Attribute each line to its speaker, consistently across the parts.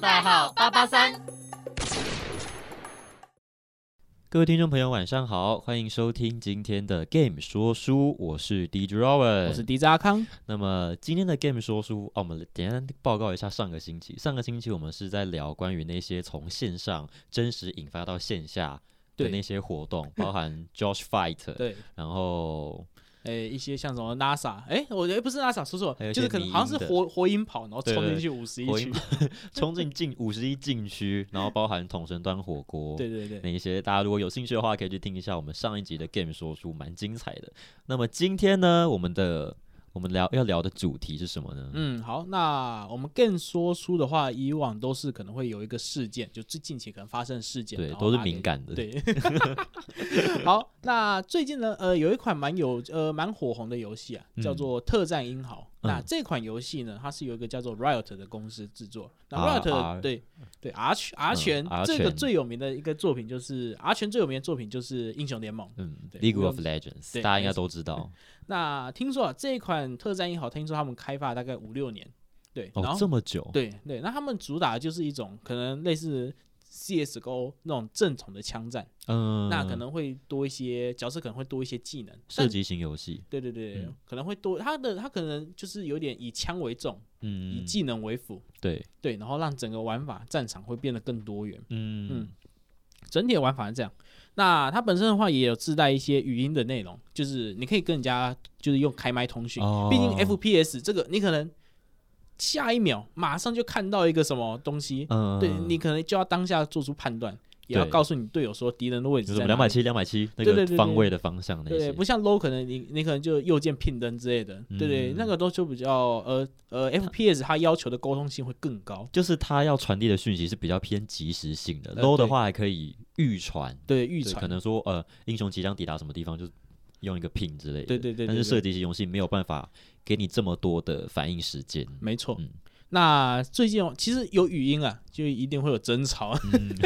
Speaker 1: 代号八八三。
Speaker 2: 各位听众朋友，晚上好，欢迎收听今天的 Game 说书，我是 DJ Rowan，
Speaker 3: 我是迪扎康，
Speaker 2: 那么今天的 Game 说书，哦，我们简单报告一下上个星期。上个星期我们是在聊关于那些从线上真实引发到线下的
Speaker 3: 对
Speaker 2: 那些活动，包含 Josh Fight，
Speaker 3: 对，
Speaker 2: 然后
Speaker 3: 诶、一些像什么 NASA，诶、我觉得不是 NASA，说错
Speaker 2: 还有
Speaker 3: 了，
Speaker 2: 一
Speaker 3: 就
Speaker 2: 些
Speaker 3: 是可
Speaker 2: 迷
Speaker 3: 能
Speaker 2: 因
Speaker 3: 好像
Speaker 2: 的
Speaker 3: 是火火影跑，然后
Speaker 2: 对
Speaker 3: 冲
Speaker 2: 对
Speaker 3: 进去五十一
Speaker 2: 火影
Speaker 3: 区，
Speaker 2: 冲进禁五十一禁区，然后包含统神端火锅，
Speaker 3: 对对对，
Speaker 2: 那一些大家如果有兴趣的话，可以去听一下我们上一集的 Game 说书，蛮精彩的。那么今天呢，我们的我们聊要聊的主题是什么呢？
Speaker 3: 嗯，好，那我们更说书的话，以往都是可能会有一个事件，就最近期可能发生的事件，
Speaker 2: 对，
Speaker 3: 然后
Speaker 2: 都是
Speaker 3: 拿给
Speaker 2: 敏感的。，
Speaker 3: 对， 好，那最近呢，呃，有一款蛮有呃蛮火红的游戏啊，叫
Speaker 2: 嗯
Speaker 3: 做《特战英豪》。那
Speaker 2: 嗯
Speaker 3: 这款游戏呢，它是有一个叫做 Riot 的公司制作。那
Speaker 2: R-
Speaker 3: Riot、
Speaker 2: R
Speaker 3: 对对 R 拳 R 拳、
Speaker 2: 啊嗯 R
Speaker 3: 这个
Speaker 2: 拳
Speaker 3: 最有名的一个作品就是 R 拳最有名的作品就是《英雄联盟》。
Speaker 2: 嗯
Speaker 3: 对
Speaker 2: ，League
Speaker 3: 我
Speaker 2: of Legends，
Speaker 3: 对
Speaker 2: 大家应该
Speaker 3: 没错嗯
Speaker 2: 都知道。
Speaker 3: 那听说啊，这一款《特战英豪》，听说他们开发大概五六年，对，然
Speaker 2: 哦，
Speaker 3: 后
Speaker 2: 这么久，
Speaker 3: 对对，那他们主打的就是一种可能类似 CS:GO 那种正统的枪战。
Speaker 2: 嗯，
Speaker 3: 那可能会多一些角色，可能会多一些技能。
Speaker 2: 射
Speaker 3: 但
Speaker 2: 击型游戏，
Speaker 3: 对对对，
Speaker 2: 嗯
Speaker 3: 可能会多他的他可能就是有点以枪为重，以
Speaker 2: 嗯，
Speaker 3: 技能为辅，
Speaker 2: 对，
Speaker 3: 对，然后让整个玩法战场会变得更多元。
Speaker 2: 嗯
Speaker 3: 嗯整体的玩法是这样。那它本身的话也有自带一些语音的内容，就是你可以跟人家就是用开麦通讯，
Speaker 2: 哦
Speaker 3: 毕竟 FPS 这个你可能下一秒马上就看到一个什么东西，
Speaker 2: 嗯，
Speaker 3: 对你可能就要当下做出判断，也要
Speaker 2: 对
Speaker 3: 告诉你队友说敌人的位
Speaker 2: 有
Speaker 3: 置
Speaker 2: 什么
Speaker 3: 在哪
Speaker 2: 两百
Speaker 3: 里。
Speaker 2: 七、两百七那
Speaker 3: 对
Speaker 2: 个
Speaker 3: 对对
Speaker 2: 方
Speaker 3: 对
Speaker 2: 位的方向那
Speaker 3: 对，
Speaker 2: 些，
Speaker 3: 不像 low 可能你你可能就右键拼灯之类的，对对，
Speaker 2: 嗯
Speaker 3: 那个都就比较呃呃 FPS 它要求的沟通性会更高，
Speaker 2: 就是它要传递的讯息是比较偏即时性的
Speaker 3: 呃
Speaker 2: ，low 的
Speaker 3: 对
Speaker 2: 话还可以预传，
Speaker 3: 对预
Speaker 2: 对
Speaker 3: 传
Speaker 2: 可能说呃英雄即将抵达什么地方，就用一个拼之类的，
Speaker 3: 对对对
Speaker 2: 但
Speaker 3: 对
Speaker 2: 是
Speaker 3: 对
Speaker 2: 射击型游戏没有办法给你这么多的反应时间，
Speaker 3: 没错。
Speaker 2: 嗯
Speaker 3: 那最近哦，其实有语音啊，就一定会有争吵。
Speaker 2: 嗯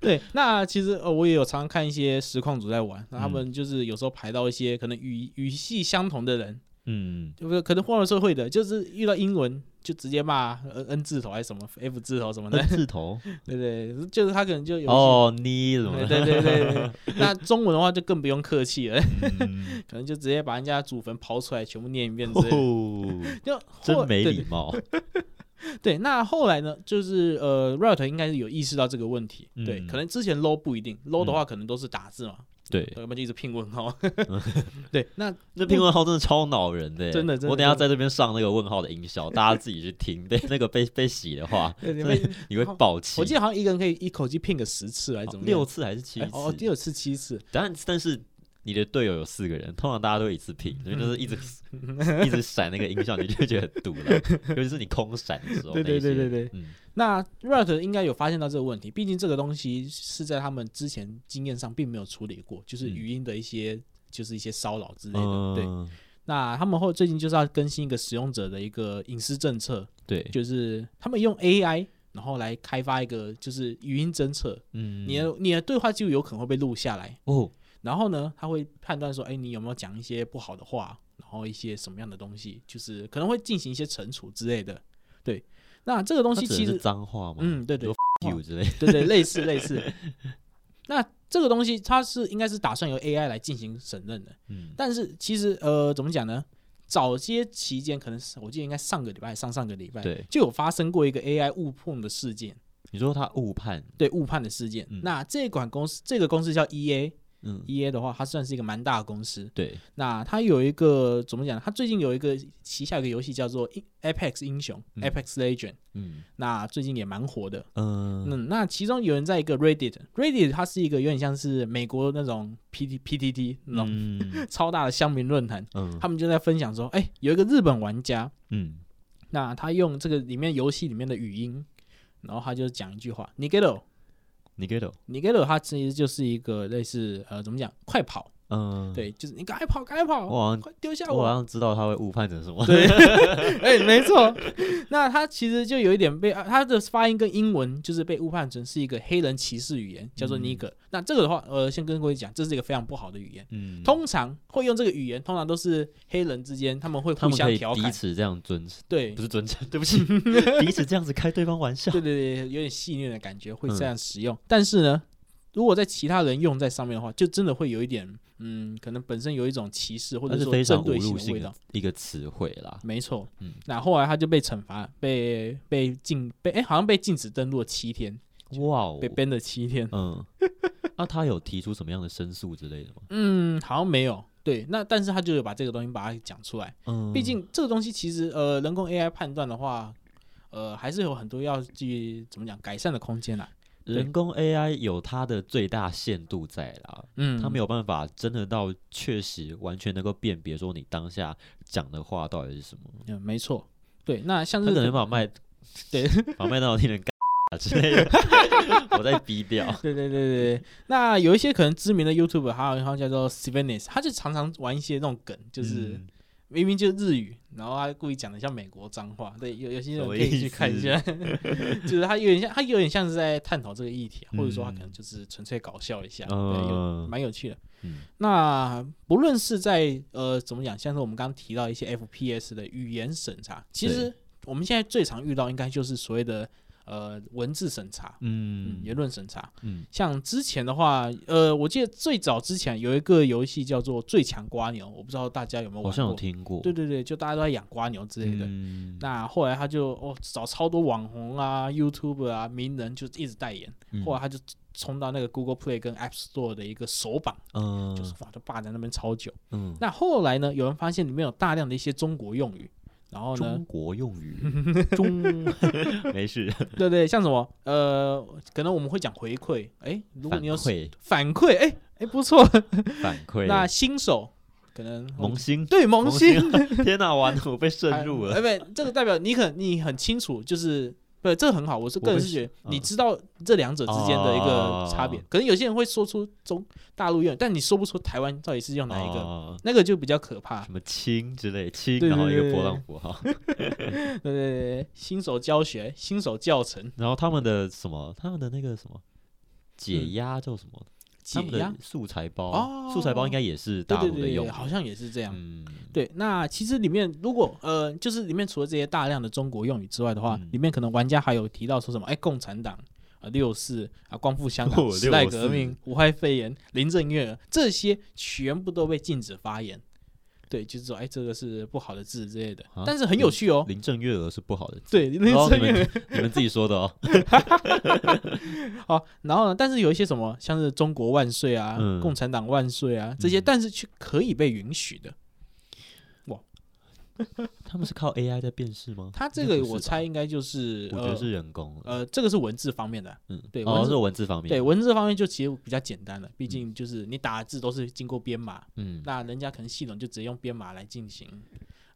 Speaker 3: 对，那其实呃，我也有常常看一些实况组在玩，那他
Speaker 2: 嗯
Speaker 3: 们就是有时候排到一些可能语语系相同的人，
Speaker 2: 嗯，
Speaker 3: 就是可能混了社会的，就是遇到英文就直接骂 N N 字头还是什么 F 字头哎什么的
Speaker 2: 那，字头
Speaker 3: 对对，就是他可能就有一些
Speaker 2: 嗯 哦，你怎么
Speaker 3: 对？对对对对， 那中文的话就更不用客气了，
Speaker 2: 嗯
Speaker 3: 可能就直接把人家祖坟刨出来，全部念一遍之类 的。
Speaker 2: 哦，
Speaker 3: 就后
Speaker 2: 真没
Speaker 3: 对
Speaker 2: 礼貌，
Speaker 3: 对对，那后来呢？就是呃，Riot 应该是有意识到这个问题，
Speaker 2: 嗯
Speaker 3: 对，可能之前 low 不一定，low 的话可能都是打字嘛，
Speaker 2: 对，嗯
Speaker 3: 要么就一直拼问号。 对，那
Speaker 2: 这拼问号真的超恼人的耶，欸
Speaker 3: 真的真的
Speaker 2: 我等一下在这边上那个问号的音效，大家自己去听。被那个被被洗的 话，
Speaker 3: 对你
Speaker 2: 真的
Speaker 3: 们
Speaker 2: 你会爆气。哦
Speaker 3: 我记得好像一个人可以一口气拼个十次还是怎么样？
Speaker 2: 六次还是七
Speaker 3: 哎
Speaker 2: 次？
Speaker 3: 哦，六次七次，
Speaker 2: 但但是你的队友有四个人，通常大家都会一次拼，
Speaker 3: 嗯
Speaker 2: 所以就是 一直一直闪那个音效，你就会觉得很堵了。尤其是你空闪的时候，
Speaker 3: 对对对对对
Speaker 2: 那一些，嗯，
Speaker 3: 那 Riot 应该有发现到这个问题，毕竟这个东西是在他们之前经验上并没有处理过，就是
Speaker 2: 嗯
Speaker 3: 语音的一些、就是一些骚扰之类的。对，
Speaker 2: 嗯
Speaker 3: 那他们后最近就是要更新一个使用者的一个隐私政策，
Speaker 2: 对对，
Speaker 3: 就是他们用 AI。然后来开发一个就是语音侦测，
Speaker 2: 嗯
Speaker 3: 你的你的对话记录有可能会被录下来，
Speaker 2: 哦，
Speaker 3: 然后呢，他会判断说，哎，你有没有讲一些不好的话，然后一些什么样的东西，就是可能会进行一些惩处之类的。对，那这个东
Speaker 2: 它
Speaker 3: 西
Speaker 2: 指
Speaker 3: 其
Speaker 2: 的
Speaker 3: 实
Speaker 2: 是脏话吗？
Speaker 3: 嗯，对对
Speaker 2: 说，，you 之类的，
Speaker 3: 对对，类似类似。 那这个东西它是应该是打算由 AI 来进行审认的，
Speaker 2: 嗯
Speaker 3: 但是其实呃怎么讲呢？早些期间可能是我记得应该上个礼拜、上上个礼拜
Speaker 2: 对
Speaker 3: 就有发生过一个 AI 误碰的事件，
Speaker 2: 你说他误判，
Speaker 3: 对误判的事件。
Speaker 2: 嗯
Speaker 3: 那这款公司这个公司叫 EA，EA
Speaker 2: 嗯，
Speaker 3: 的话它算是一个蛮大的公司。
Speaker 2: 对，
Speaker 3: 那它有一个怎么讲呢？它最近有一个旗下有一个游戏叫做《Apex 英雄》
Speaker 2: 嗯
Speaker 3: （Apex Legend），
Speaker 2: 嗯
Speaker 3: 那最近也蛮火的。
Speaker 2: 嗯
Speaker 3: 嗯，那其中有人在一个 Reddit，Reddit 它是一个有点像是美国那种 P T P T T 那种
Speaker 2: 嗯
Speaker 3: 超大的乡民论坛，
Speaker 2: 嗯
Speaker 3: 他们就在分享说，哎、有一个日本玩家，
Speaker 2: 嗯。
Speaker 3: 那他用这个里面游戏里面的语音，然后他就讲一句话 n i g e l o
Speaker 2: 你给的
Speaker 3: n i g e l o 它其实就是一个类似呃怎么讲快跑，
Speaker 2: 嗯，，
Speaker 3: 对，就是你赶快跑，赶快跑，
Speaker 2: 我好像
Speaker 3: 快丢下
Speaker 2: 我好像知道他会误判成什么。
Speaker 3: 对， 哎、没错。那他其实就有一点被他的发音跟英文就是被误判成是一个黑人歧视语言，叫做
Speaker 2: 嗯
Speaker 3: nigger、那这个的话，呃，先跟各位讲，这是一个非常不好的语言。
Speaker 2: 嗯，
Speaker 3: 通常会用这个语言，通常都是黑人之间他们会
Speaker 2: 他
Speaker 3: 互
Speaker 2: 们
Speaker 3: 相
Speaker 2: 可以
Speaker 3: 调
Speaker 2: 彼
Speaker 3: 侃，
Speaker 2: 此这样尊称，
Speaker 3: 对
Speaker 2: 不是尊称，对 不起，彼此这样子开对方玩笑
Speaker 3: 对。对对，有点戏谑的感觉，会
Speaker 2: 嗯
Speaker 3: 这样使用。但是呢，如果在其他人用在上面的话，就真的会有一点，嗯，可能本身有一种歧视或
Speaker 2: 那
Speaker 3: 者
Speaker 2: 是
Speaker 3: 说
Speaker 2: 非常
Speaker 3: 针
Speaker 2: 侮
Speaker 3: 对性
Speaker 2: 辱
Speaker 3: 的味
Speaker 2: 性
Speaker 3: 道
Speaker 2: 的。一个词汇啦。
Speaker 3: 没错，
Speaker 2: 嗯
Speaker 3: 那后来他就被惩罚，被被禁，被哎、好像被禁止登录了七天，
Speaker 2: 哇哦
Speaker 3: 被，编了七天。
Speaker 2: 嗯，那他有提出什么样的申诉之类的吗？
Speaker 3: 嗯，好像没有。对，那但是他就有把这个东西把它讲出来。
Speaker 2: 嗯，
Speaker 3: 毕竟这个东西其实呃，人工 AI 判断的话，呃，还是有很多要去怎么讲改善的空间啦。对
Speaker 2: 人工 AI 有它的最大限度在啦，
Speaker 3: 嗯，
Speaker 2: 它没有办法真的到确实完全能够辨别说你当下讲的话到底是什么，
Speaker 3: 嗯，没错。对，那像
Speaker 2: 它
Speaker 3: 是嗯
Speaker 2: 可能把麦
Speaker 3: 对
Speaker 2: 把麦当劳听成 之类的，我在逼掉。
Speaker 3: 对对对对，对那有一些可能知名的 YouTube，还有一号叫做 s i v a n e s 他就常常玩一些那种梗，就是、
Speaker 2: 嗯
Speaker 3: 明明就日语，然后他故意讲的像美国脏话。对，有有些
Speaker 2: 什
Speaker 3: 人
Speaker 2: 么
Speaker 3: 可以
Speaker 2: 意
Speaker 3: 去看一
Speaker 2: 思
Speaker 3: 下， 就是他有点像，他有点像是在探讨这个议题啊，或者说他可
Speaker 2: 嗯
Speaker 3: 能就是纯粹搞笑一下，对，有
Speaker 2: 嗯
Speaker 3: 蛮有趣的。
Speaker 2: 嗯
Speaker 3: 那不论是在呃怎么讲，像是我们刚刚提到一些 FPS 的语言审查，其实我们现在最常遇到应该就是所谓的呃文字审查，嗯，
Speaker 2: 嗯
Speaker 3: 言论审查。
Speaker 2: 嗯
Speaker 3: 像之前的话，呃，我记得最早之前有一个游戏叫做《最强瓜牛》，我不知道大家有没有玩
Speaker 2: 好
Speaker 3: 过？
Speaker 2: 像有听过，
Speaker 3: 嗯对对对，就大家都在养瓜牛之类的。
Speaker 2: 嗯
Speaker 3: 那后来他就哦找超多网红啊、YouTube 啊、名人就一直代言，
Speaker 2: 嗯
Speaker 3: 后来他就冲到那个 Google Play 跟 App Store 的一个首榜，
Speaker 2: 嗯
Speaker 3: 就是哇就霸在那边超久。
Speaker 2: 嗯，
Speaker 3: 那后来呢，有人发现里面有大量的一些中国用语，然后呢
Speaker 2: 中，国用 语中没事，
Speaker 3: 对对，像什么呃，可能我们会讲回馈，哎，如果
Speaker 2: 反
Speaker 3: 你有
Speaker 2: 馈
Speaker 3: 反馈，哎哎不错，
Speaker 2: 反馈
Speaker 3: 那新手可能
Speaker 2: 萌新
Speaker 3: 对萌新，
Speaker 2: 天哪，完了，我被渗
Speaker 3: 哎
Speaker 2: 入了。
Speaker 3: 哎，不，这个代表你很你很清楚，就是不，这个很好。我是
Speaker 2: 我
Speaker 3: 个人
Speaker 2: 会
Speaker 3: 是觉得
Speaker 2: 嗯
Speaker 3: 你知道这两者之间的一个差别
Speaker 2: 哦。
Speaker 3: 可能有些人会说出中大陆用语，但你说不出台湾到底是用哪一个，
Speaker 2: 哦
Speaker 3: 那个就比较可怕。
Speaker 2: 什么亲之类，亲，
Speaker 3: 对
Speaker 2: 然后一个
Speaker 3: 对
Speaker 2: 波
Speaker 3: 对
Speaker 2: 浪符号，
Speaker 3: 对对对对，新手教学、新手教程、
Speaker 2: 然后他们的什么，他们的那个什么解压叫什么？
Speaker 3: 嗯解
Speaker 2: 他们
Speaker 3: 压
Speaker 2: 的，素材包，
Speaker 3: 哦
Speaker 2: 素材包应该也是
Speaker 3: 对
Speaker 2: 大
Speaker 3: 对
Speaker 2: 陆的
Speaker 3: 对
Speaker 2: 用
Speaker 3: 对，
Speaker 2: 语，
Speaker 3: 好像也是这样。
Speaker 2: 嗯，
Speaker 3: 对，那其实里面如果呃，就是里面除了这些大量的中国用语之外的话，
Speaker 2: 嗯
Speaker 3: 里面可能玩家还有提到说什么，哎，共产党啊，六四啊，光复香
Speaker 2: 哦
Speaker 3: 港，时代革
Speaker 2: 64
Speaker 3: 命，武汉肺炎，林郑月娥，这些全部都被禁止发言。对，就是说，哎，这个是不好的字之类的，
Speaker 2: 啊
Speaker 3: 但是很有趣哦。
Speaker 2: 林郑月娥是不好 的字，
Speaker 3: 对，林
Speaker 2: 然后
Speaker 3: 郑
Speaker 2: 你
Speaker 3: 月
Speaker 2: 们你们自己说的哦，
Speaker 3: 娥好，然后呢，但是有一些什么，像是中国万岁啊，
Speaker 2: 嗯
Speaker 3: 共产党万岁啊，这些，
Speaker 2: 嗯
Speaker 3: 但是却可以被允许的。
Speaker 2: 他们是靠 AI 在辨识吗？
Speaker 3: 它这
Speaker 2: 应该
Speaker 3: 个
Speaker 2: 不是
Speaker 3: 我
Speaker 2: 吧
Speaker 3: 猜，应该就是，
Speaker 2: 我觉
Speaker 3: 呃
Speaker 2: 得是人工的，
Speaker 3: 呃，这个是文字方面的啊，
Speaker 2: 嗯，
Speaker 3: 对
Speaker 2: 哦
Speaker 3: 文字
Speaker 2: 是文字方面，
Speaker 3: 对，文字方面就其实比较简单了，毕竟就是你打的字都是经过编码，
Speaker 2: 嗯，
Speaker 3: 那人家可能系统就直接用编码来进行，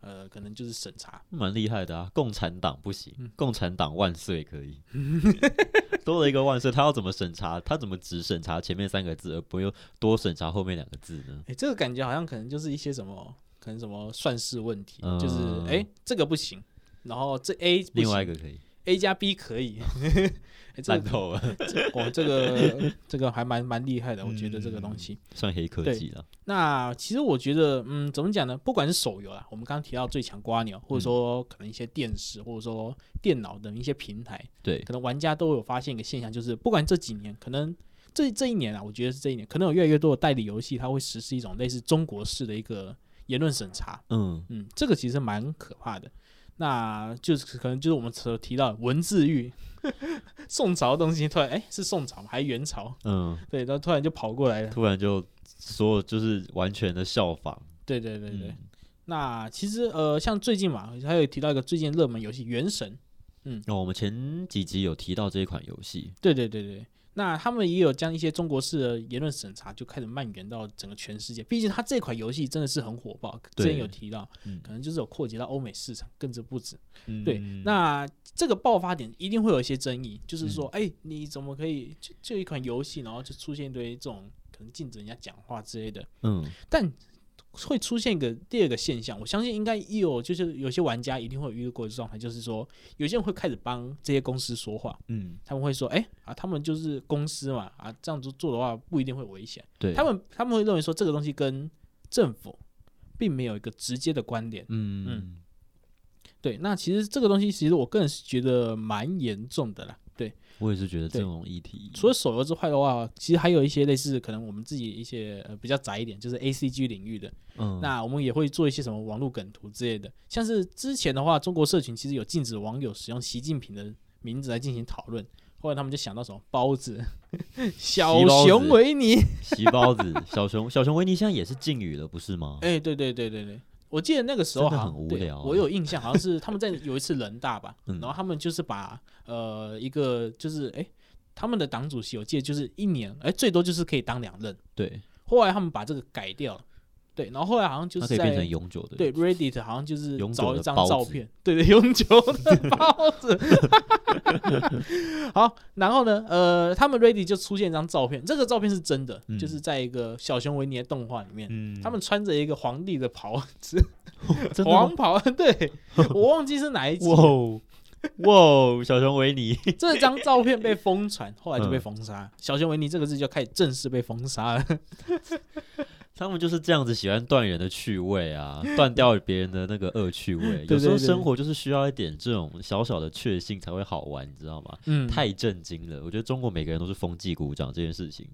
Speaker 3: 呃，可能就是审查。
Speaker 2: 蛮厉害的啊，共产党不行，
Speaker 3: 嗯
Speaker 2: 共产党万岁可 以，多了一个万岁，他要怎么审查？他怎么只审查前面三个字，而不用多审查后面两个字呢？
Speaker 3: 哎，这个感觉好像可能就是一些什么，可能什么算式问题，就是
Speaker 2: 嗯
Speaker 3: 哎这个不行，然后这 A 不
Speaker 2: 另
Speaker 3: 行
Speaker 2: 外一个可以，
Speaker 3: A 加 B 可以，哎这
Speaker 2: 烂
Speaker 3: 个
Speaker 2: 透了，
Speaker 3: 哦 这个这个还蛮蛮厉害的，我觉得这个东西。
Speaker 2: 算黑科技了。
Speaker 3: 那其实我觉得，嗯，怎么讲呢？不管是手游啊，我们刚刚提到最强瓜牛，或者说可能一些电视，或者说电脑等一些平台，
Speaker 2: 对，
Speaker 3: 可能玩家都有发现一个现象，就是不管这几年，可能这这一年啊，我觉得是这一年，可能有越来越多的代理游戏，它会实施一种类似中国式的一个言论审查。
Speaker 2: 嗯，
Speaker 3: 嗯，这个其实蛮可怕的。那就是可能就是我们所提到的文字狱， 宋朝的东西突然哎是宋朝吗还是元朝？
Speaker 2: 嗯，
Speaker 3: 对，然后突然就跑过来了。
Speaker 2: 突然就所有就是完全的效仿，
Speaker 3: 对对对对。
Speaker 2: 嗯，
Speaker 3: 那其实呃，像最近嘛，还有提到一个最近热门游戏《原神》，
Speaker 2: 那、哦我们前几集有提到这一款游戏，
Speaker 3: 对对对对，那他们也有将一些中国式的言论审查就开始蔓延到整个全世界。毕竟它这款游戏真的是很火爆，之前
Speaker 2: 对
Speaker 3: 有提到，
Speaker 2: 嗯
Speaker 3: 可能就是有扩及到欧美市场，更是不止。
Speaker 2: 嗯嗯
Speaker 3: 对，那这个爆发点一定会有一些争议，就是说，哎、你怎么可以就就一款游戏，然后就出现一堆这种可能禁止人家讲话之类的。
Speaker 2: 嗯
Speaker 3: 但会出现一个第二个现象，我相信应该也有，就是有些玩家一定会有遇过的状态，就是说有些人会开始帮这些公司说话，
Speaker 2: 嗯，
Speaker 3: 他们会说，哎、啊，他们就是公司嘛，啊，这样子做的话不一定会危险，
Speaker 2: 对，
Speaker 3: 他们他们会认为说这个东西跟政府并没有一个直接的关联，
Speaker 2: 嗯
Speaker 3: 嗯对，那其实这个东西其实我个人是觉得蛮严重的啦，对，
Speaker 2: 我也是觉得这
Speaker 3: 对
Speaker 2: 种议题，
Speaker 3: 除了手游之外的话，其实还有一些类似可能我们自己一些呃比较窄一点，就是 A C G 领域的。
Speaker 2: 嗯，
Speaker 3: 那我们也会做一些什么网络梗图之类的。像是之前的话，中国社群其实有禁止网友使用习近平的名字来进行讨论，后来他们就想到什么包子、小熊维尼，
Speaker 2: 席包子、小熊、 小熊维尼现在也是禁语了，不是吗？
Speaker 3: 哎、对对对对对。我记得那个时候
Speaker 2: 真的
Speaker 3: 好像
Speaker 2: 很无
Speaker 3: 对
Speaker 2: 聊啊
Speaker 3: 我有印象，好像是他们在有一次人大 吧，
Speaker 2: 嗯
Speaker 3: 然后他们就是把呃一个就是哎、他们的党主席我记得就是一年，哎、最多就是可以当两任，
Speaker 2: 对，
Speaker 3: 后来他们把这个改掉了，对，然后后来好像就
Speaker 2: 它
Speaker 3: 是
Speaker 2: 可
Speaker 3: 在
Speaker 2: 以变成永久的，
Speaker 3: 对 Reddit 好像就是
Speaker 2: 永久
Speaker 3: 找
Speaker 2: 的
Speaker 3: 一张
Speaker 2: 包
Speaker 3: 照
Speaker 2: 子
Speaker 3: 片，对对，永久的包子。 好，然后呢，呃，他们 Reddit 就出现一张照片，这个照片是真的，
Speaker 2: 嗯
Speaker 3: 就是在一个小熊维尼的动画里面。
Speaker 2: 嗯，
Speaker 3: 他们穿着一个皇帝的袍子，
Speaker 2: 真的吗
Speaker 3: 黄袍，对我忘记是哪 一集了。
Speaker 2: 哇哦哇哦，小熊维尼，
Speaker 3: 这张照片被疯传，后来就被
Speaker 2: 嗯
Speaker 3: 封杀。小熊维尼这个字就开始正式被封杀了。
Speaker 2: 他们就是这样子喜欢断人的趣味啊，断掉别人的那个恶趣味。
Speaker 3: 对
Speaker 2: 有时候
Speaker 3: 对对
Speaker 2: 生活就是需要一点这种小小的确幸才会好玩，你知道吗？
Speaker 3: 嗯，
Speaker 2: 太震惊了！我觉得中国每个人都是风纪鼓掌这件事情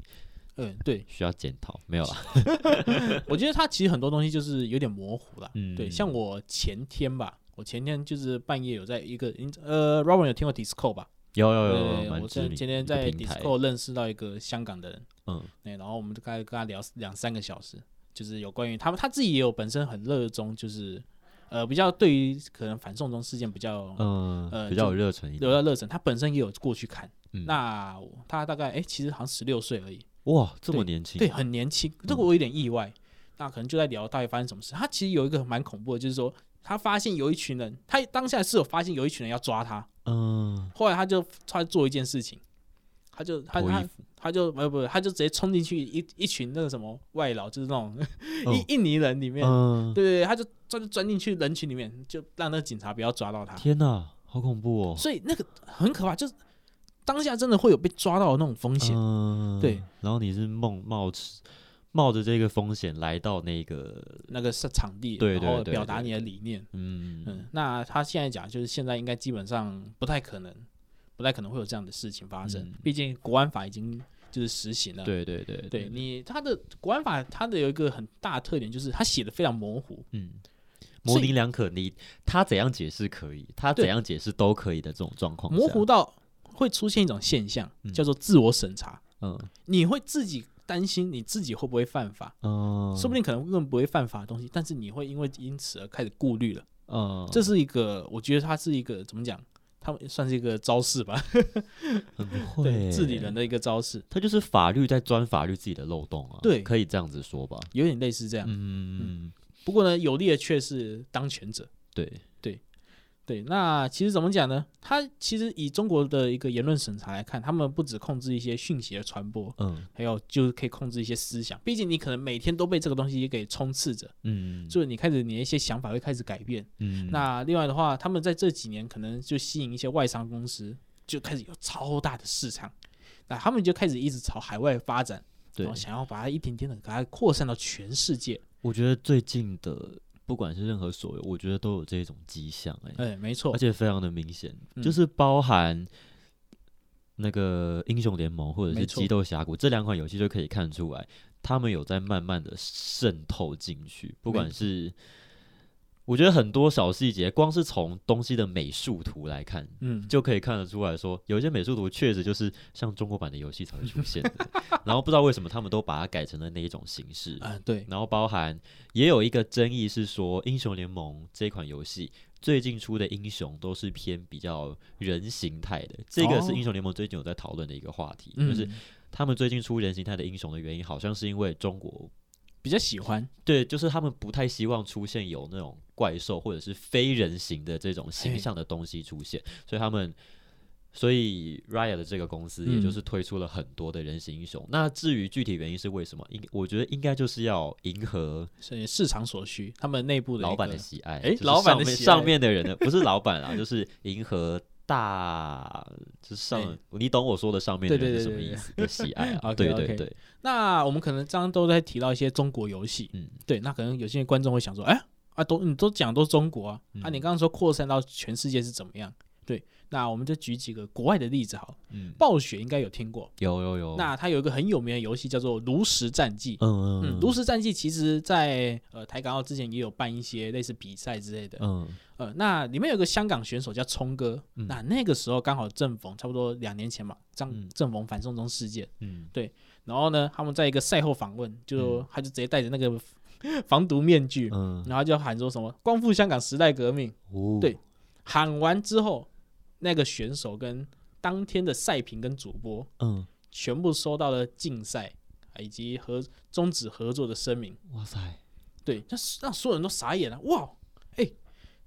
Speaker 3: 嗯，对，
Speaker 2: 需要检讨，没有啊啦。
Speaker 3: 我觉得它其实很多东西就是有点模糊啦。
Speaker 2: 嗯，
Speaker 3: 对，像我前天吧，我前天就是半夜有在一个呃，Robin 有听过 Disco 吧？
Speaker 2: 有有
Speaker 3: 对
Speaker 2: 有
Speaker 3: 对
Speaker 2: 有，
Speaker 3: 对，
Speaker 2: 哦蛮
Speaker 3: 我
Speaker 2: 知
Speaker 3: 在
Speaker 2: 名的
Speaker 3: 前天在
Speaker 2: 一个平台，
Speaker 3: Disco 认识到一个香港的人，
Speaker 2: 嗯
Speaker 3: 对，然后我们就大概跟他聊两三个小时，就是有关于他们他自己也有本身很热衷，就是呃比较对于可能反送中事件比较
Speaker 2: 嗯，
Speaker 3: 呃
Speaker 2: 比较有热忱一
Speaker 3: 留
Speaker 2: 点。
Speaker 3: 到热忱，他本身也有过去看。
Speaker 2: 嗯
Speaker 3: 那我他大概哎、其实好像十六岁而已，
Speaker 2: 哇，这么年轻，
Speaker 3: 对，很年轻，
Speaker 2: 嗯
Speaker 3: 这个我有点意外。那可能就在聊到底发生什么事。他其实有一个蛮恐怖的，就是说他发现有一群人，他当下是有发现有一群人要抓他，
Speaker 2: 嗯，
Speaker 3: 后来他就他做一件事情，他就他
Speaker 2: 脱衣
Speaker 3: 他他就不不，他就直接冲进去一一群那个什么外劳，就是那种
Speaker 2: 哦
Speaker 3: 印印尼人里面，
Speaker 2: 嗯，
Speaker 3: 对对对，他就他就钻进去人群里面，就让那个警察不要抓到他。
Speaker 2: 天哪，好恐怖哦！
Speaker 3: 所以那个很可怕，就是当下真的会有被抓到的那种风险。
Speaker 2: 嗯，
Speaker 3: 对。
Speaker 2: 然后你是冒冒吃冒着这个风险来到那个，
Speaker 3: 那个是场地，
Speaker 2: 对对
Speaker 3: 然后
Speaker 2: 对
Speaker 3: 表达
Speaker 2: 对
Speaker 3: 你的理念。
Speaker 2: 嗯
Speaker 3: 嗯，那他现在讲就是现在应该基本上不太可能，不太可能会有这样的事情发生。
Speaker 2: 嗯
Speaker 3: 毕竟国安法已经就是实行了。
Speaker 2: 对对对
Speaker 3: 对，你他的国安法，它的有一个很大的特点就是它写的非常模糊。
Speaker 2: 嗯。模
Speaker 3: 所以
Speaker 2: 棱两可，你他怎样解释可以，他
Speaker 3: 对
Speaker 2: 怎样解释都可以的这种状况下，
Speaker 3: 模糊到会出现一种现象，
Speaker 2: 哦啊嗯
Speaker 3: 叫做自我审查。
Speaker 2: 嗯，
Speaker 3: 你会自己担心你自己会不会犯法，
Speaker 2: 嗯
Speaker 3: 说不定可能根本不会犯法的东西，但是你会因为因此而开始顾虑了。
Speaker 2: 嗯，
Speaker 3: 这是一个，我觉得它是一个怎么讲？他们算是一个招式吧，
Speaker 2: 很不
Speaker 3: 对，
Speaker 2: 会
Speaker 3: 治理人，的一个招式，
Speaker 2: 他就是法律在钻法律自己的漏洞啊，
Speaker 3: 对
Speaker 2: 可以这样子说吧，
Speaker 3: 有点类似这样。
Speaker 2: 嗯，
Speaker 3: 不过呢，有利的却是当权者。
Speaker 2: 对，
Speaker 3: 对，那其实怎么讲呢？他其实以中国的一个言论审查来看，他们不只控制一些讯息的传播，
Speaker 2: 嗯
Speaker 3: 还有就是可以控制一些思想。毕竟你可能每天都被这个东西给充斥着，
Speaker 2: 嗯，
Speaker 3: 就是你开始你的一些想法会开始改变。
Speaker 2: 嗯
Speaker 3: 那另外的话，他们在这几年可能就吸引一些外商公司，就开始有超大的市场。那他们就开始一直朝海外发展，
Speaker 2: 对
Speaker 3: 然后，想要把它一点点的给它扩散到全世界。
Speaker 2: 我觉得最近的不管是任何所有，我觉得都有这种迹象、欸，
Speaker 3: 哎、没错
Speaker 2: 而，且非常的明显，
Speaker 3: 嗯
Speaker 2: 就是包含那个英雄联盟或者是
Speaker 3: 没错
Speaker 2: 激斗峡谷这两款游戏就可以看出来，他们有在慢慢的渗透进去，不管
Speaker 3: 没
Speaker 2: 是。我觉得很多小细节，光是从东西的美术图来看，
Speaker 3: 嗯，
Speaker 2: 就可以看得出来说，有一些美术图确实就是像中国版的游戏才会出现的， 然后不知道为什么他们都把它改成了那一种形式。
Speaker 3: 啊、对，
Speaker 2: 然后包含也有一个争议是说，《英雄联盟》这款游戏最近出的英雄都是偏比较人形态的，这个是《
Speaker 3: 哦
Speaker 2: 英雄联盟》最近有在讨论的一个话题，
Speaker 3: 嗯，
Speaker 2: 就是他们最近出人形态的英雄的原因，好像是因为中国
Speaker 3: 比较喜欢。
Speaker 2: 对，就是他们不太希望出现有那种怪兽或者是非人形的这种形象的东西出现，所以他们所以 Raya 的这个公司，也就是
Speaker 3: 嗯
Speaker 2: 推出了很多的人形英雄。那至于具体原因是为什么，应我觉得应该就是要迎合
Speaker 3: 所以市场所需，他们内部的一
Speaker 2: 老板
Speaker 3: 个
Speaker 2: 的喜爱，
Speaker 3: 诶
Speaker 2: 就是
Speaker 3: 老板
Speaker 2: 上
Speaker 3: 的
Speaker 2: 面
Speaker 3: 喜爱
Speaker 2: 上面的人的不是老板啦，就是迎合大，就是上、
Speaker 3: 诶
Speaker 2: 你懂我说的上面的
Speaker 3: 对
Speaker 2: 人
Speaker 3: 对
Speaker 2: 是什
Speaker 3: 对
Speaker 2: 么
Speaker 3: 对
Speaker 2: 意思的喜爱 啊？对
Speaker 3: OK，OK
Speaker 2: 对对，
Speaker 3: 那我们可能刚刚都在提到一些中国游戏，
Speaker 2: 嗯，
Speaker 3: 对，那可能有些观众会想说，哎、啊，都你都讲都是中国啊，啊，
Speaker 2: 嗯
Speaker 3: 你刚刚说扩散到全世界是怎么样？对，那我们就举几个国外的例子好了，
Speaker 2: 嗯，哦
Speaker 3: 暴雪应该有听过，
Speaker 2: 有有有，
Speaker 3: 那它有一个很有名的游戏叫做《炉石战记》。
Speaker 2: 嗯
Speaker 3: 嗯，
Speaker 2: 嗯，
Speaker 3: 炉石战记其实在呃台港澳之前也有办一些类似比赛之类的，
Speaker 2: 嗯
Speaker 3: 呃，那里面有个香港选手叫聪哥，
Speaker 2: 嗯
Speaker 3: 那那个时候刚好正逢差不多两年前吧，正
Speaker 2: 嗯
Speaker 3: 正逢反送中事件，
Speaker 2: 嗯
Speaker 3: 然后呢，他们在一个赛后访问，就、他就直接戴着那个 防毒面具，
Speaker 2: 嗯，
Speaker 3: 然后就喊说什么“光复香港时代革命
Speaker 2: 哦
Speaker 3: 对”，喊完之后，那个选手跟当天的赛评跟主播
Speaker 2: 嗯，
Speaker 3: 全部收到了禁赛啊以及合终止合作的声明，
Speaker 2: 哇塞，
Speaker 3: 对，那让所有人都傻眼了、哇，哎、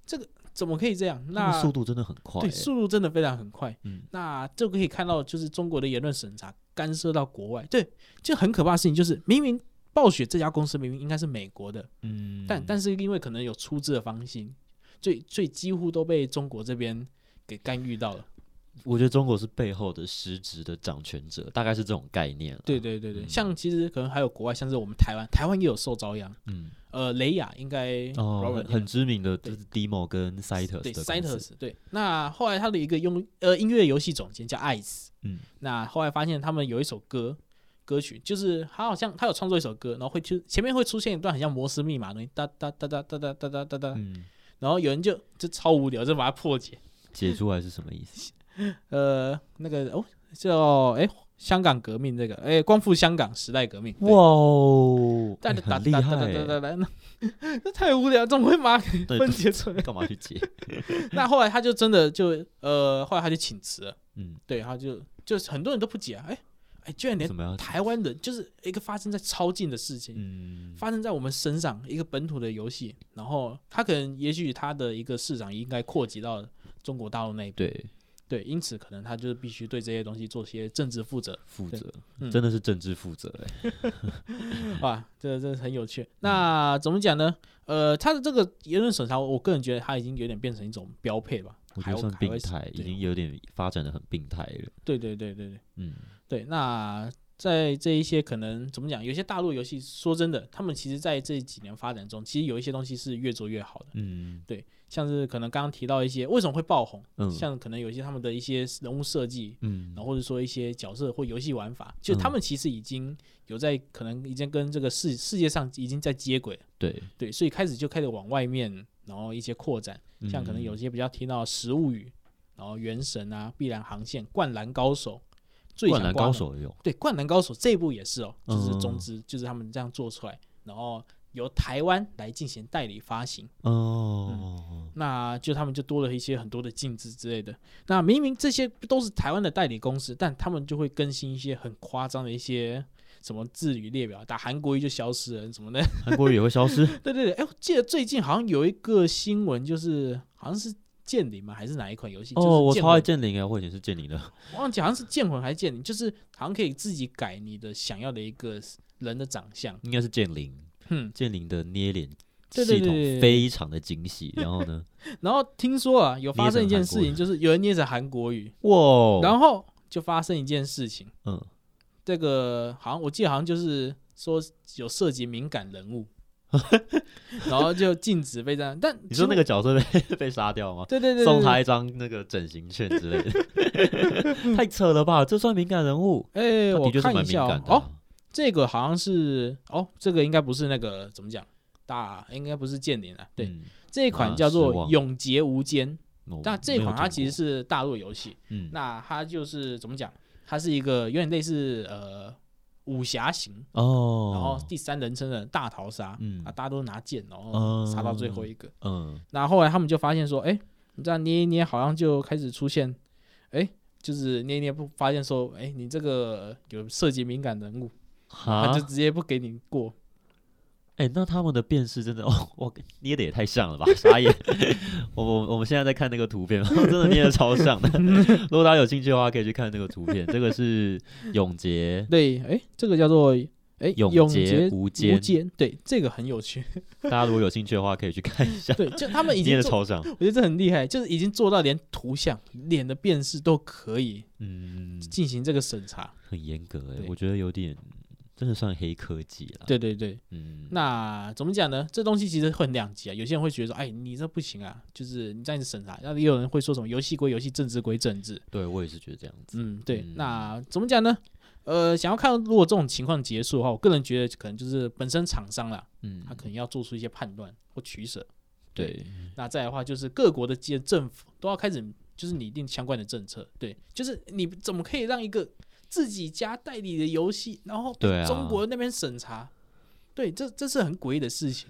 Speaker 3: 这个怎么可以这样？
Speaker 2: 他
Speaker 3: 那
Speaker 2: 们速度真的很快、
Speaker 3: 对
Speaker 2: 欸
Speaker 3: 速度真的非常很快，
Speaker 2: 嗯
Speaker 3: 那就可以看到，就是中国的言论审查干涉到国外，对，就很可怕的事情就是，明明暴雪这家公司明明应该是美国的，
Speaker 2: 嗯，
Speaker 3: 但但是因为可能有出资的方心，最最几乎都被中国这边给干预到了。
Speaker 2: 我觉得中国是背后的实质的掌权者，大概是这种概念。
Speaker 3: 对，对对对，
Speaker 2: 嗯
Speaker 3: 像其实可能还有国外，像是我们台湾，台湾也有受遭殃。
Speaker 2: 嗯，
Speaker 3: 呃，雷亚应该
Speaker 2: 哦，
Speaker 3: Robert
Speaker 2: 很很知名的就
Speaker 3: 对
Speaker 2: 是 Demo 跟 Citus
Speaker 3: 对
Speaker 2: 的公司
Speaker 3: Citus 对，那后来他的一个用呃音乐游戏总监叫 Ice，
Speaker 2: 嗯，
Speaker 3: 那后来发现他们有一首歌歌曲，就是他好像他有创作一首歌，然后会去前面会出现一段很像摩斯密码的东西，哒哒哒哒哒哒哒哒哒哒，
Speaker 2: 嗯，
Speaker 3: 然后有人就就超无聊，就把它破解，
Speaker 2: 解出来是什么意思？
Speaker 3: 呃，那个哦叫哎香港革命这个哎光复香港时代革命，对
Speaker 2: 哇，哦，
Speaker 3: 哒
Speaker 2: 哎
Speaker 3: 哒哒
Speaker 2: 很厉
Speaker 3: 哒哒
Speaker 2: 害
Speaker 3: 哒哒
Speaker 2: 欸，
Speaker 3: 哒，那那 太无聊，怎么会把它给
Speaker 2: 对
Speaker 3: 分解出来？
Speaker 2: 干嘛去解？
Speaker 3: 那后来他就真的就呃后来他就请辞了。
Speaker 2: 嗯，
Speaker 3: 对，然后就就是很多人都不解、啊，哎哎，居然
Speaker 2: 为
Speaker 3: 连
Speaker 2: 什么要？
Speaker 3: 台湾人就是一个发生在超近的事情，
Speaker 2: 嗯，
Speaker 3: 发生在我们身上一个本土的游戏，然后他可能也许他的一个市场应该扩及到中国大陆那边，
Speaker 2: 对，
Speaker 3: 对，因此可能他就是必须对这些东西做些政治负责
Speaker 2: 负
Speaker 3: 对
Speaker 2: 责
Speaker 3: 嗯
Speaker 2: 真的是政治负责哎。嗯
Speaker 3: 哇，这这很有趣。那怎么讲呢？呃，他的这个言论审查，我个人觉得他已经有点变成一种标配吧，
Speaker 2: 我觉
Speaker 3: 还
Speaker 2: 得
Speaker 3: 有
Speaker 2: 算
Speaker 3: 还
Speaker 2: 病
Speaker 3: 会
Speaker 2: 态，已
Speaker 3: 对
Speaker 2: 经有点发展的很病态了。
Speaker 3: 对对对对对。
Speaker 2: 嗯，
Speaker 3: 对，那在这一些可能怎么讲，有些大陆游戏，说真的，他们其实在这几年发展中，其实有一些东西是越做越好的，
Speaker 2: 嗯
Speaker 3: 像是可能刚刚提到一些为什么会爆红，
Speaker 2: 嗯
Speaker 3: 像哦可能有一些他们的一些人物设计，
Speaker 2: 嗯
Speaker 3: 然后或者说一些角色或游戏玩法，就他
Speaker 2: 嗯
Speaker 3: 们其实已经有在可能已经跟这个世世界上已经在接轨了，
Speaker 2: 对，
Speaker 3: 对，所以开始就开始往外面，然后一些扩展，像可能有
Speaker 2: 嗯
Speaker 3: 些比较提到《食物语》，然后《原神》啊，《碧蓝航线》《灌篮高手》。最
Speaker 2: 灌
Speaker 3: 强
Speaker 2: 篮
Speaker 3: 瓜
Speaker 2: 高
Speaker 3: 农
Speaker 2: 手也有，
Speaker 3: 对，《灌篮高手》这一部也是哦，就是中
Speaker 2: 嗯
Speaker 3: 资，就是他们这样做出来，然后由台湾来进行代理发行，嗯
Speaker 2: 哦，
Speaker 3: 那就他们就多了一些很多的禁制之类的。那明明这些都是台湾的代理公司，但他们就会更新一些很夸张的一些什么字语列表，打韩国语就消失了什么的。
Speaker 2: 韩国语也会消失。
Speaker 3: 对对对，哎，我记得最近好像有一个新闻，就是好像是。剑灵吗？还是哪一款游戏？就是
Speaker 2: 哦，我
Speaker 3: 剑
Speaker 2: 超爱
Speaker 3: 魂
Speaker 2: 剑灵哎，我以前是剑灵的。
Speaker 3: 忘记好像是剑魂还是剑灵，就是好像可以自己改你的想要的一个人的长相。
Speaker 2: 应该是剑灵，
Speaker 3: 嗯，
Speaker 2: 剑灵的捏脸
Speaker 3: 对
Speaker 2: 系
Speaker 3: 对
Speaker 2: 统
Speaker 3: 对对
Speaker 2: 非常的精细。然后呢，
Speaker 3: 然后听说啊，有发生一件事
Speaker 2: 捏
Speaker 3: 情，就是有人捏着韩国语，
Speaker 2: 哇，哦
Speaker 3: 然后就发生一件事情，
Speaker 2: 嗯，
Speaker 3: 这个好像我记得好像就是说有涉及敏感 人物，然后就禁止被这样。但
Speaker 2: 你说那
Speaker 3: 个
Speaker 2: 个角色被 被杀掉吗？
Speaker 3: 对对对对
Speaker 2: 送
Speaker 3: 对
Speaker 2: 他一张那个整形券之类的， 太扯了吧！这算敏感人物？
Speaker 3: 哎，
Speaker 2: 他
Speaker 3: 我
Speaker 2: 的确是
Speaker 3: 看一
Speaker 2: 蛮敏
Speaker 3: 下
Speaker 2: 感
Speaker 3: 哦
Speaker 2: 的
Speaker 3: 哦，
Speaker 2: 啊。
Speaker 3: 这个好像是哦，这个应该不是那个怎么讲大，应该不是剑灵啊。对，
Speaker 2: 嗯，
Speaker 3: 这一
Speaker 2: 啊
Speaker 3: 款叫
Speaker 2: 失
Speaker 3: 做
Speaker 2: 望
Speaker 3: 《永劫无间》，
Speaker 2: 我
Speaker 3: 但这一
Speaker 2: 没有
Speaker 3: 款它
Speaker 2: 听
Speaker 3: 其实是大陆游戏，
Speaker 2: 过嗯
Speaker 3: 那它就是怎么讲？它是一个有点类似呃武侠型，
Speaker 2: 哦，
Speaker 3: 然后第三人称的大逃杀，
Speaker 2: 嗯
Speaker 3: 啊，大家都拿剑，然后
Speaker 2: 嗯
Speaker 3: 杀到最后一个。
Speaker 2: 嗯
Speaker 3: 那后来他们就发现说，哎，你这样捏一捏，好像就开始出现，哎，就是捏一捏不发现说，哎，你这个有涉及敏感人物，
Speaker 2: 哈
Speaker 3: 他就直接不给你过。
Speaker 2: 哎、那他们的辨识真的 哦，我捏的也太像 了吧，傻眼！ 我我我们现在在看那个图片， 真的捏的超像 的。如果大家有兴趣的话，可以去看那个图片。这个是永 杰，
Speaker 3: 对，哎，这个叫做哎
Speaker 2: 永
Speaker 3: 劫
Speaker 2: 劫无
Speaker 3: 无
Speaker 2: 间，
Speaker 3: 间，对，这个很有趣，
Speaker 2: 大家如果有兴趣的话，可以去看一下，
Speaker 3: 对，就他们已
Speaker 2: 捏
Speaker 3: 经
Speaker 2: 的
Speaker 3: 做，
Speaker 2: 超像。
Speaker 3: 我觉得这很厉害，就是已经做到连图像、脸的辨识都可以
Speaker 2: 嗯，
Speaker 3: 进行这个审查。
Speaker 2: 很严格哎、
Speaker 3: 对
Speaker 2: 我觉得有点真的算黑科技了。，
Speaker 3: 对对对，
Speaker 2: 嗯，
Speaker 3: 那怎么讲呢？这东西其实很两极啊，有些人会觉得说，哎，你这不行啊，就是你这样子审查，那也有人会说什么游戏归游戏，政治归政治。
Speaker 2: 对我也是觉得这样子。
Speaker 3: 嗯，对，
Speaker 2: 嗯
Speaker 3: 那怎么讲呢？呃，想要看如果这种情况结束的话，我个人觉得可能就是本身厂商啦，
Speaker 2: 嗯，
Speaker 3: 他可能要做出一些判断或取舍。
Speaker 2: 对，
Speaker 3: 那再来的话，就是各国的这些政府都要开始就是拟定相关的政策。对，就是你怎么可以让一个自己家代理的游戏，然后
Speaker 2: 对
Speaker 3: 被
Speaker 2: 啊
Speaker 3: 中国那边审查？对，这这是很诡异的事情。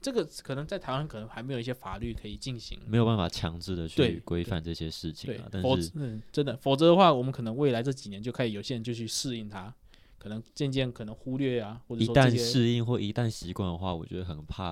Speaker 3: 这个可能在台湾可能还没有一些法律可以进行。
Speaker 2: 没有办法强制的去
Speaker 3: 对
Speaker 2: 规范这些事情
Speaker 3: 对
Speaker 2: 啊，，但
Speaker 3: 否
Speaker 2: 是
Speaker 3: 则嗯，真的，否则的话，我们可能未来这几年就开始有些人就去适应它，可能渐渐可能忽略啊，或者
Speaker 2: 一
Speaker 3: 说这
Speaker 2: 旦
Speaker 3: 些
Speaker 2: 适应或一旦习惯的话，我觉得很怕，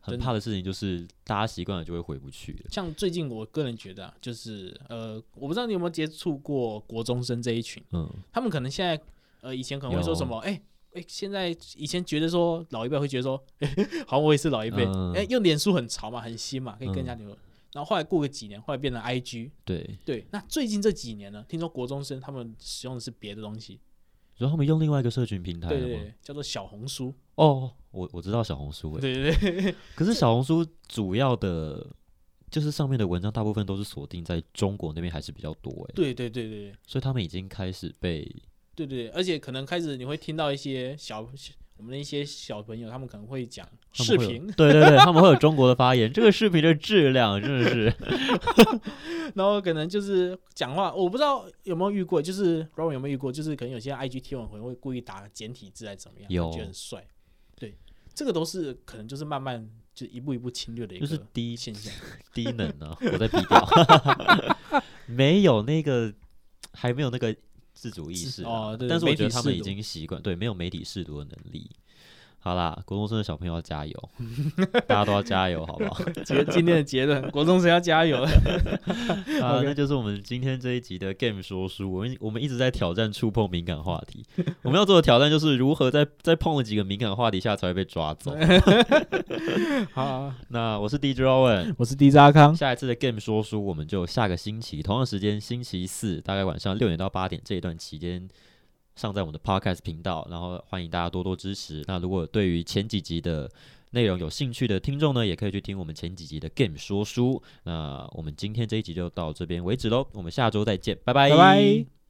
Speaker 2: 很
Speaker 3: 真嗯的
Speaker 2: 怕的事情就是大家习惯了就会回不去了。
Speaker 3: 像最近我个人觉得、啊，就是呃，我不知道你有没有接触过国中生这一群，
Speaker 2: 嗯，
Speaker 3: 他们可能现在呃以前可能会说什么，哎哎、现在以前觉得说老一辈会觉得说， 好像我也是老一辈，哎、
Speaker 2: 嗯
Speaker 3: 用脸书很潮嘛，很新嘛，可以跟人家
Speaker 2: 嗯
Speaker 3: 聊。然后后来过个几年，后来变成 IG。
Speaker 2: 对，
Speaker 3: 对，那最近这几年呢，听说国中生他们使用的是别的东西，
Speaker 2: 然后他们用另外一个社群平台
Speaker 3: 对
Speaker 2: 了
Speaker 3: 对
Speaker 2: 吗？
Speaker 3: 对，叫做小红书。
Speaker 2: 哦，我我知道小红书、欸，
Speaker 3: 对对对，
Speaker 2: 可是小红书主要的。就是上面的文章大部分都是锁定在中国那边还是比较多哎、
Speaker 3: 对 对对对
Speaker 2: 所以他们已经开始被
Speaker 3: 对对，而且可能开始你会听到一些小我们的一些小朋友，他们可能会讲
Speaker 2: 他
Speaker 3: 视
Speaker 2: 们会有
Speaker 3: 频，
Speaker 2: 对对对，他们会有中国的发言。这个视频的质量真的 是，
Speaker 3: 然后可能就是讲话，我不知道有没有遇过，就是 Robin 有没有遇过，就是可能有些 IG 贴文可能会故意打简体字还是怎么样，
Speaker 2: 有
Speaker 3: 觉得很帅。对，这个都是可能就是慢慢就一步一步侵略的一
Speaker 2: 就是
Speaker 3: 个
Speaker 2: 低
Speaker 3: 现象。
Speaker 2: 低能啊！我在逼掉， 没有那个，还没有那个自主意识啊、
Speaker 3: 哦对
Speaker 2: 但是我
Speaker 3: 媒
Speaker 2: 觉得
Speaker 3: 体
Speaker 2: 他们
Speaker 3: 试
Speaker 2: 已
Speaker 3: 读
Speaker 2: 经习惯，对，没有媒体试读的能力。好啦，国中生的小朋友要加 油，大家都要加油，好不好？
Speaker 3: 结今天的结论，国中生要加油了。
Speaker 2: 啊，
Speaker 3: OK
Speaker 2: 那就是我们今天这一集的 Game 说书。我们我们一直在挑战触碰敏感话 题，我们要做的挑战就是如何在在碰了几个敏感话题下才会被抓走。
Speaker 3: 好 好，
Speaker 2: 那 我是 DJ Rowan，
Speaker 3: 我是 DJ 阿康，
Speaker 2: 下一次的 Game 说书，我们就下个星期同样时间，星期四大概晚上六点到八点这一段期间上在我们的 Podcast 频道，然后欢迎大家多多支持。那如果对于前几集的内容有兴趣的听众呢，也可以去听我们前几集的 Game 说书。那我们今天这一集就到这边为止喽，我们下周再见，拜
Speaker 3: 拜拜。